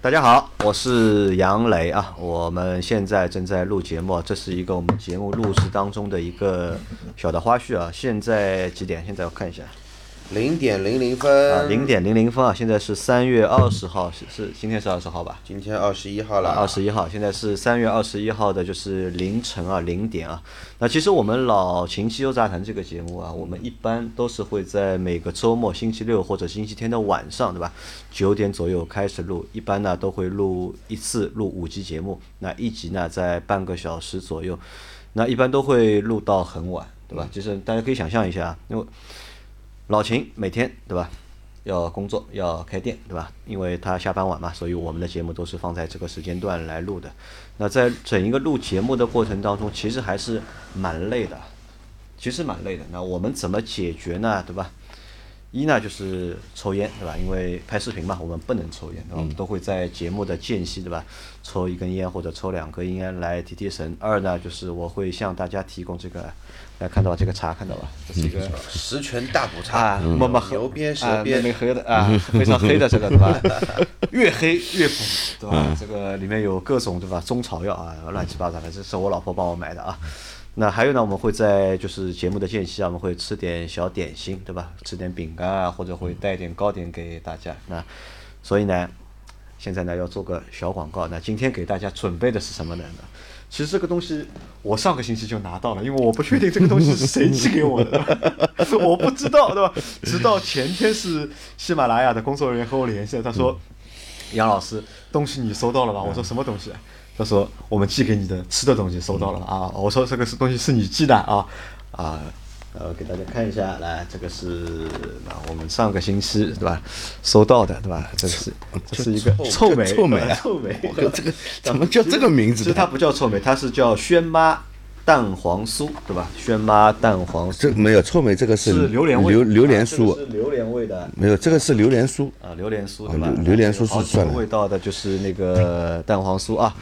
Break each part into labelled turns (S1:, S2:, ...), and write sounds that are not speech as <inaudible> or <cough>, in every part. S1: 大家好，我是杨磊啊，我们现在正在录节目，啊这是一个我们节目录制当中的一个小的花絮啊。现在几点？现在我看一下
S2: 零点零零
S1: 啊，
S2: 分，
S1: 零点零零分啊，现在是三月二十号，是是今天是二十号吧？
S2: 今天二十一号了，
S1: 啊二十一号，现在是三月二十一号的，就是凌晨啊零点啊。那其实我们老秦西游杂谈这个节目啊，我们一般都是会在每个周末星期六或者星期天的晚上，对吧？九点左右开始录，一般呢都会录一次录五集节目，那一集呢在半个小时左右，那一般都会录到很晚，对吧？就是大家可以想象一下啊，因为老秦每天对吧，要工作要开店对吧？因为他下班晚嘛，所以我们的节目都是放在这个时间段来录的。那在整一个录节目的过程当中，其实还是蛮累的，其实蛮累的。那我们怎么解决呢？对吧？一呢就是抽烟，对吧？因为拍视频嘛，我们不能抽烟，对吧？我们都会在节目的间隙，对吧？抽一根烟或者抽两根烟来提提神。二呢就是我会向大家提供这个，大家看到吧？这个茶看到吧？这是一个
S2: 十全大补
S1: 啊
S2: 茶，，
S1: 默默喝
S2: 牛鞭
S1: 啊
S2: 舌
S1: 那那
S2: 鞭，
S1: 黑的啊，非常黑的这个对吧？越黑越补，对吧？这个里面有各种对吧中草药啊，乱七八糟的，这是我老婆帮我买的啊。那还有呢，我们会在就是节目的间隙啊，我们会吃点小点心，对吧？吃点饼干啊，或者会带点糕点给大家。那所以呢，现在呢要做个小广告。那今天给大家准备的是什么呢？其实这个东西我上个星期就拿到了，因为我不确定这个东西是谁寄给我的， <laughs> 我不知道，对吧？直到前天是喜马拉雅的工作人员和我联系了，他说：“杨老师，东西你收到了吧？”我
S3: 嗯
S1: 说：“什么东西啊？”他说：“我们寄给你的吃的东西收到了吧啊。”我说：“这个是东西是你寄的啊啊。”呃，给大家看一下，来，这个是啊，我们上个星期对吧，收到的对吧？这是这是一个臭美
S3: 臭美啊
S1: 臭美，
S3: 我这个
S1: <laughs>
S3: 怎么叫这个名
S1: 其
S3: 字
S1: 实它
S3: 呢？
S1: 不叫臭美，它是叫轩妈蛋黄酥，对吧？轩妈蛋黄酥
S3: 这没有臭美，这个
S1: 是榴莲味，
S3: 榴榴莲
S1: 啊
S3: 酥
S1: 这，个是榴莲味的。
S3: 没有这个是榴莲酥，
S1: 啊，榴莲酥
S3: 啊
S1: 对吧？
S3: 榴榴莲酥是
S1: 好几
S3: 算
S1: 个
S3: 了
S1: 味道的，就是那个蛋黄酥啊。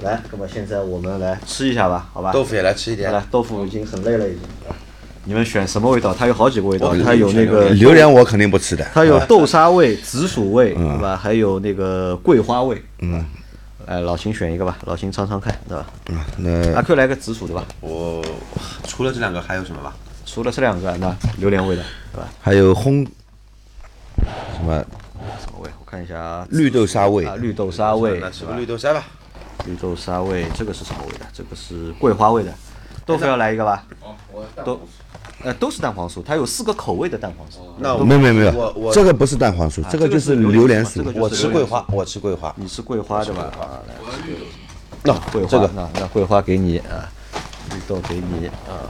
S1: 来，那么现在我们来吃一下吧，好吧？
S2: 豆腐也来吃一点
S1: 来，，豆腐已经很累了，已经。你们选什么味道？它有好几个味道，
S2: 我
S1: 它有那个
S3: 榴莲啊嗯我肯定不吃的。
S1: 它有豆沙味、紫薯味，对吧？还有那个桂花味，嗯。哎，老秦选一个吧，老秦尝尝看，对吧？嗯，
S3: 那
S1: 阿 Q 来个紫薯，对吧？
S2: 我除了这两个还有什么吧？
S1: 除了这两个，那榴莲味的，对吧？
S3: 还有烘什么
S1: 什么味？我看一下啊，
S3: 绿豆沙味
S1: 啊，，绿豆沙味，
S2: 那吃个绿豆沙吧，
S1: 绿豆沙味，这个是什么味的？这个是桂花味的。豆腐要来一个吧？都，呃，都是蛋黄酥，它有四个口味的蛋黄酥。
S2: 那我
S3: 没有没有没
S2: 我
S3: 有，
S2: 我
S3: 这个不是蛋黄酥，这个就是榴莲
S1: 啊这个
S3: 酥。
S1: 就是
S2: 我吃桂花，我吃桂花，
S1: 你吃桂花对吧？啊，来，
S2: 那
S1: 桂花，
S2: 这个
S1: 那那桂花给你啊，绿豆给你啊，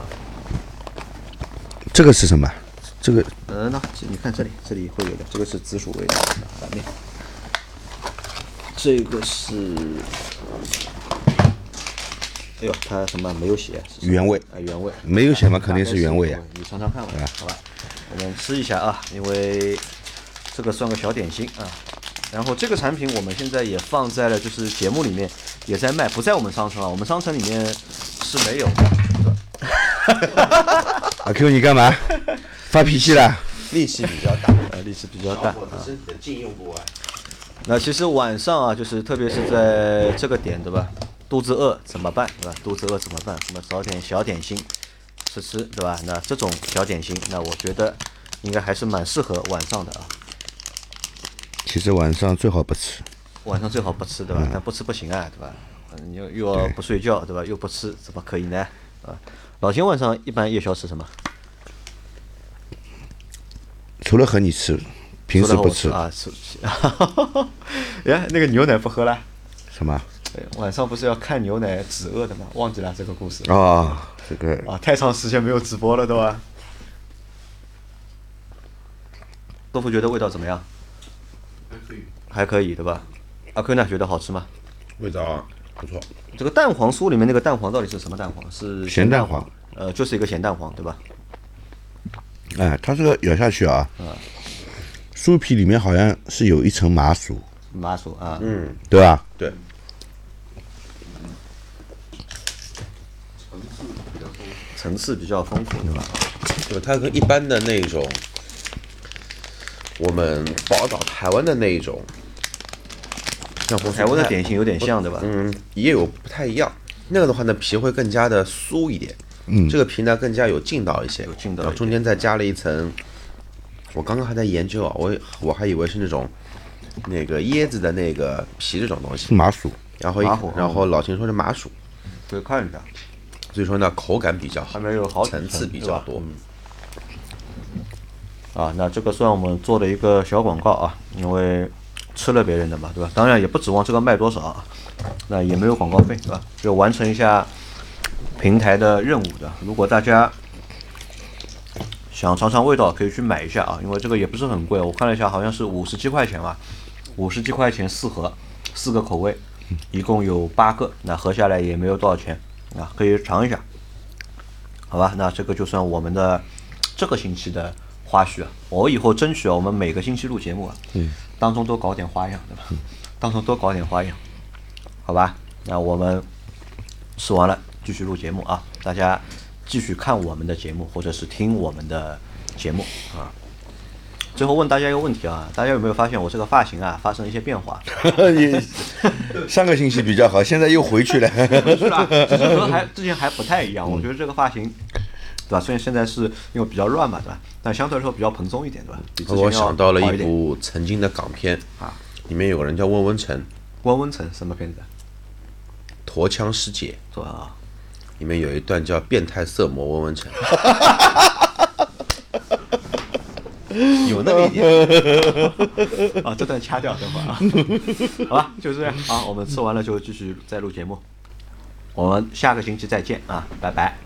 S3: 这个是什么？这个
S1: 呃，那这你看这里，这里会有的，这个是紫薯味的反面，这个是，哎呦，它什么没有写？是什么
S3: 原味
S1: 啊，原味
S3: 没有写嘛，肯定是原味啊。
S1: 你尝尝看吧，好吧，我们吃一下啊，因为这个算个小点心啊。然后这个产品我们现在也放在了就是节目里面也在卖，不在我们商城啊，我们商城里面是没有的。
S3: 阿 Q 你
S1: <laughs>
S3: 干嘛？发脾气了？
S2: 力气比较
S3: <laughs>
S2: 大，
S1: 呃，力气比较大啊。
S2: 身体的劲用不完，
S1: 那其实晚上啊，就是特别是在这个点，对吧？肚子饿怎么办，对吧？肚子饿怎么办？我们找点小点心吃吃，对吧？那这种小点心，那我觉得应该还是蛮适合晚上的啊。
S3: 其实晚上最好不吃，
S1: 晚上最好不吃，对
S3: 嗯
S1: 吧？但不吃不行啊，对吧？嗯又又要不睡觉，对吧？又不吃，怎么可以呢？啊，老秦晚上一般夜宵吃什么？
S3: 除了和你吃，平时
S1: 除了
S3: 不
S1: 我
S3: 吃
S1: 啊，吃。 <laughs> 哎，那个牛奶不喝了。
S3: 什么？
S1: 对晚上不是要看牛奶止饿的吗？忘记了这个故事。
S3: 哦，这个
S1: 啊，太长时间没有直播了，对吧？豆腐觉得味道怎么样？还可以，还可以，对吧？阿坤呢，觉得好吃吗？
S4: 味道啊不错，
S1: 这个蛋黄酥里面那个蛋黄到底是什么蛋黄？是
S3: 咸蛋黄。
S1: 呃，就是一个咸蛋黄，对吧？
S3: 哎，它这个咬下去啊，酥皮里面好像是有一层麻薯，
S1: 麻薯啊，嗯，
S3: 对吧？
S4: 对，
S1: 层次比较丰富，对吧？
S2: 对，它跟一般的那种，我们宝岛台湾的那一种那红
S1: 台
S2: 薯
S1: 湾哎的
S2: 不太
S1: 点心有点像，对吧？
S2: 嗯，也有不太一样。那个的话呢，皮会更加的酥一点，嗯，这个皮呢更加有劲道一些，
S1: 有劲道
S2: 然后
S1: 一
S2: 中间再加了一层，我刚刚还在研究啊，我以我还以为是那种那个椰子的那个皮这种东
S3: 是
S2: 西，
S3: 麻 <laughs> 薯，
S2: 然后一
S1: 嗯麻虎
S2: 然后老秦说是麻薯，
S1: 对，看一下，
S2: 所以说呢口感比较好，
S1: 上面有好嗯几
S2: 层次
S1: 层
S2: 比
S1: 对
S2: 较
S1: 吧
S2: 多，
S1: 啊，那这个算我们做的一个小广告啊，因为吃了别人的嘛，对吧？当然也不指望这个卖多少啊，那也没有广告费，对吧？就完成一下平台的任务的。如果大家想尝尝味道，可以去买一下啊，因为这个也不是很贵，我看了一下，好像是五十几块钱吧，五十几块钱四盒，四个口味，一共有八个，那合下来也没有多少钱啊，可以尝一下。好吧，那这个就算我们的这个星期的花絮啊。我以后争取啊，我们每个星期录节目啊，嗯，当中多搞点花样，对吧？当中多搞点花样，好吧？那我们吃完了继续录节目啊，大家继续看我们的节目或者是听我们的节目啊。最后问大家一个问题啊，大家有没有发现我这个发型啊发生了一些变化？
S3: 你上个星期比较好，现在又回去了。
S1: 是吧？只是和还之前还不太一样。我觉得这个发型，对吧？虽然现在是因为比较乱嘛，对吧？但相对来说比较蓬松一点，对吧？比之前
S2: 我
S1: 要
S2: 想到了
S1: 好
S2: 一
S1: 一点
S2: 部曾经的港片
S1: 啊，
S2: 里面有个人叫温文成，《
S1: 温温城什么片子？
S2: 陀枪师姐
S1: 对啊，》，
S2: 里面有一段叫变态色魔温文成，有那么一点。
S1: <laughs> 啊，这段掐掉，等会儿啊。 <laughs> 好吧，就这样啊。我们吃完了就继续再录节目，我们下个星期再见啊，拜拜。